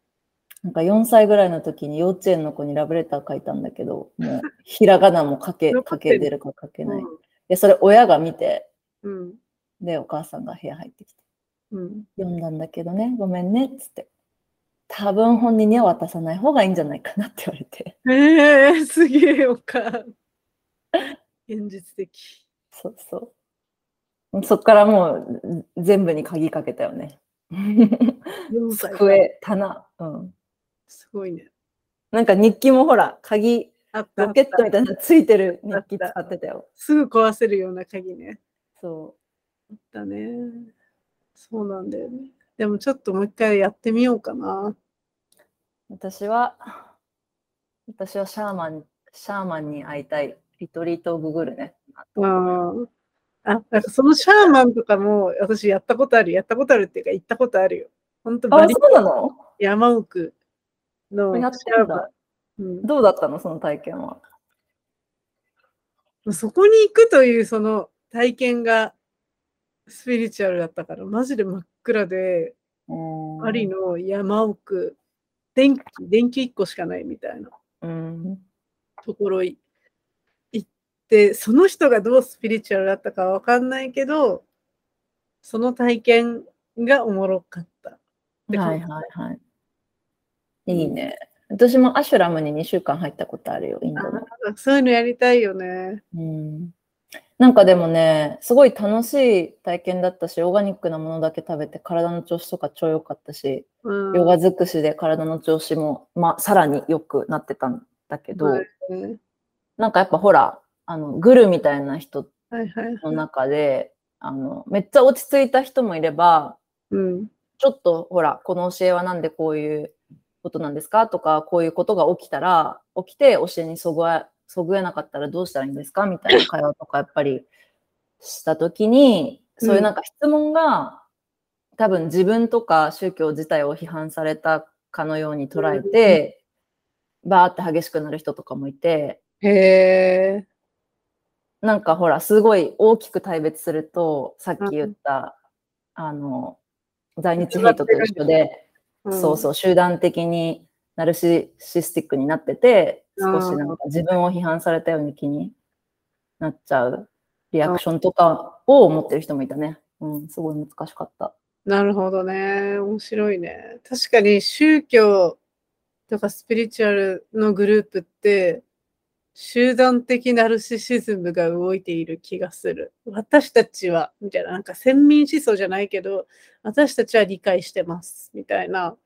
[SPEAKER 1] なんか4歳ぐらいの時に幼稚園の子にラブレター書いたんだけど、もうひらがなも書 け、書けてるか書けない。で、それ親が見て、
[SPEAKER 2] うん。
[SPEAKER 1] で、お母さんが部屋入ってきて、
[SPEAKER 2] うん。
[SPEAKER 1] 読んだんだけどね、ごめんね、っつって。多分本人には渡さない方がいいんじゃないかなって言われて。
[SPEAKER 2] うん、えー、すげえおかん。現実的。
[SPEAKER 1] そうそう。そっからもう全部に鍵かけたよね。
[SPEAKER 2] 4歳から
[SPEAKER 1] 机、棚、うん。
[SPEAKER 2] すごいね。
[SPEAKER 1] なんか日記もほら、鍵、
[SPEAKER 2] あったあ
[SPEAKER 1] ロ
[SPEAKER 2] っ
[SPEAKER 1] ケ
[SPEAKER 2] た
[SPEAKER 1] ットみたいなのついてる日記使ってたよ。
[SPEAKER 2] すぐ壊せるような鍵ね。
[SPEAKER 1] そ
[SPEAKER 2] あったね。そうなんだよね。でもちょっともう一回やってみようかな。
[SPEAKER 1] う。私は、私はシャーマン、シャーマンに会いたい。リトリートをググるね。
[SPEAKER 2] あーあ、なんかそのシャーマンとかも私やったことある。やったことあるっていうか行ったことあるよ。ほんとバ
[SPEAKER 1] あ、
[SPEAKER 2] リ
[SPEAKER 1] そうなの
[SPEAKER 2] 山奥の
[SPEAKER 1] やっ
[SPEAKER 2] シ
[SPEAKER 1] た
[SPEAKER 2] ャ
[SPEAKER 1] ん
[SPEAKER 2] ーマ
[SPEAKER 1] だ。
[SPEAKER 2] ン。うん
[SPEAKER 1] どうだったのその体験は。
[SPEAKER 2] そこに行くというその体験がスピリチュアルだったから、マジで真っ暗で、
[SPEAKER 1] うん
[SPEAKER 2] パリの山奥、電気、電気1個しかないみたいな
[SPEAKER 1] うん。
[SPEAKER 2] ところい行って、その人がどうスピリチュアルだったかわかんないけど、その体験がおもろかった。で
[SPEAKER 1] はいはいはい。いいね。私もアシュラムに2週間入ったことあるよ、インド
[SPEAKER 2] あ
[SPEAKER 1] の。
[SPEAKER 2] ーそういうのやりたいよね。
[SPEAKER 1] うん、なんかでもね、すごい楽しい体験だったし、オーガニックなものだけ食べて体の調子とか超良かったし、
[SPEAKER 2] うん、
[SPEAKER 1] ヨガ尽くしで体の調子も、まあ、さらに良くなってたんだけど、
[SPEAKER 2] はいね
[SPEAKER 1] なんかやっぱほら、あのグルみたいな人
[SPEAKER 2] はいはい。
[SPEAKER 1] の中で、あのめっちゃ落ち着いた人もいれば、
[SPEAKER 2] うん。
[SPEAKER 1] ちょっとほら、この教えはなんでこういうことなんですかとか、こういうことが起きたら、起きて教えにそぐわそぐえなかったらどうしたらいいんですかみたいな会話とかやっぱりしたときに、
[SPEAKER 2] うん
[SPEAKER 1] そういうなんか質問が、多分自分とか宗教自体を批判されたかのように捉えて、バーって激しくなる人とかもいて、
[SPEAKER 2] へえ。
[SPEAKER 1] なんかほら、すごい大きく対別すると、さっき言った、あの、在日ヘイトと一緒で、そうそう、集団的にナルシシスティックになってて、
[SPEAKER 2] あ
[SPEAKER 1] 少
[SPEAKER 2] ー
[SPEAKER 1] しなんか自分を批判されたように気になっちゃうリアクションとかを持ってる人もいたね。うん、すごい難しかった。
[SPEAKER 2] なるほどね。面白いね。確かに宗教とかスピリチュアルのグループって、集団的ナルシシズムが動いている気がする。私たちは、みたいな、なんか先民思想じゃないけど、私たちは理解してます、みたいな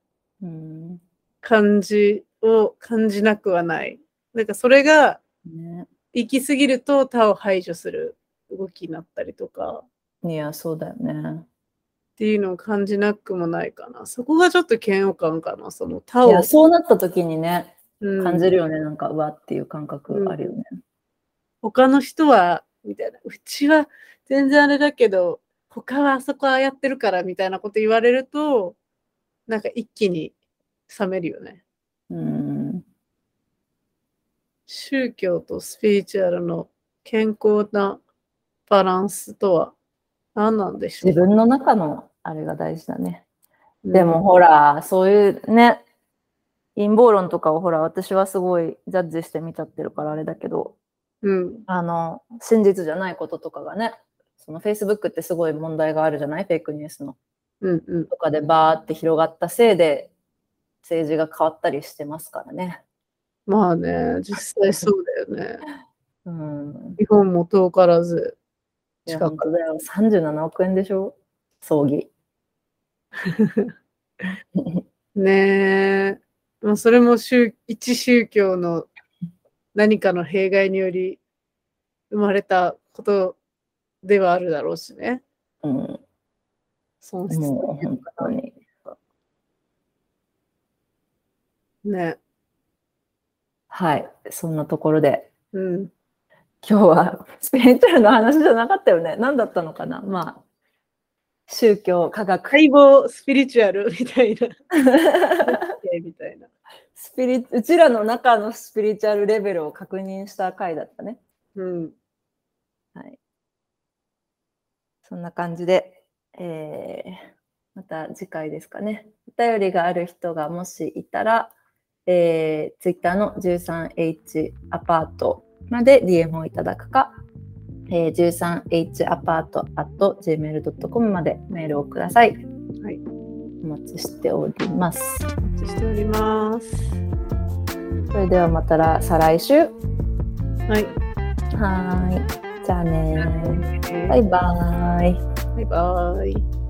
[SPEAKER 1] うん。
[SPEAKER 2] 感じを感じなくはない。なんかそれが
[SPEAKER 1] ね、
[SPEAKER 2] 行き過ぎると他を排除する動きになったりとか。
[SPEAKER 1] いや、そうだよね。
[SPEAKER 2] っていうのを感じなくもないかな。そこがちょっと嫌悪感かな。その他
[SPEAKER 1] い
[SPEAKER 2] を
[SPEAKER 1] や、そうなった時にね、
[SPEAKER 2] うん
[SPEAKER 1] 感じるよね。なんか、うわっていう感覚あるよね。
[SPEAKER 2] 他の人は、みたいな。うちは全然あれだけど、他はあそこはやってるからみたいなこと言われると、なんか一気に冷めるよね。
[SPEAKER 1] うん。
[SPEAKER 2] 宗教とスピリチュアルの健康なバランスとは何なんでしょう
[SPEAKER 1] 自分の中のあれが大事だね。
[SPEAKER 2] うん
[SPEAKER 1] でもほら、そういうね、陰謀論とかをほら、私はすごいジャッジして見ちゃってるからあれだけど、
[SPEAKER 2] うん。
[SPEAKER 1] あの、真実じゃないこととかがね、その Facebook ってすごい問題があるじゃないフェイクニュースの。
[SPEAKER 2] うんうん。
[SPEAKER 1] とかでバーって広がったせいで、政治が変わったりしてますからね。
[SPEAKER 2] まあね、実際そうだよね。
[SPEAKER 1] うん。
[SPEAKER 2] 日本も遠からず
[SPEAKER 1] い
[SPEAKER 2] 近
[SPEAKER 1] や、
[SPEAKER 2] く
[SPEAKER 1] 本当だよ。37億円でしょ葬 儀。
[SPEAKER 2] ねえ、まあ、それも宗一宗教の何かの弊害により生まれたことではあるだろうしね。
[SPEAKER 1] うん。
[SPEAKER 2] 損失
[SPEAKER 1] もう本当に。
[SPEAKER 2] ね。
[SPEAKER 1] はい。そんなところで。
[SPEAKER 2] うん。
[SPEAKER 1] 今日はスピリチュアルの話じゃなかったよね。何だったのかなまあ、宗教、科学。
[SPEAKER 2] 解剖スピリチュアルみたいな。いみたいな。
[SPEAKER 1] スピリうちらの中のスピリチュアルレベルを確認した回だったね。
[SPEAKER 2] うん。
[SPEAKER 1] はい。そんな感じで、えーまた次回ですかね。お便りがある人がもしいたら、えー、Twitter の 13H アパートまで DM をいただくか、えー、13H アパート at gmail.com までメールをください。
[SPEAKER 2] はい。
[SPEAKER 1] お待ちしております。
[SPEAKER 2] お待ちしております。
[SPEAKER 1] それではまたら再来週。は
[SPEAKER 2] はい。
[SPEAKER 1] ーい。じゃあねー。
[SPEAKER 2] バ
[SPEAKER 1] バイバーイ。
[SPEAKER 2] イバイ。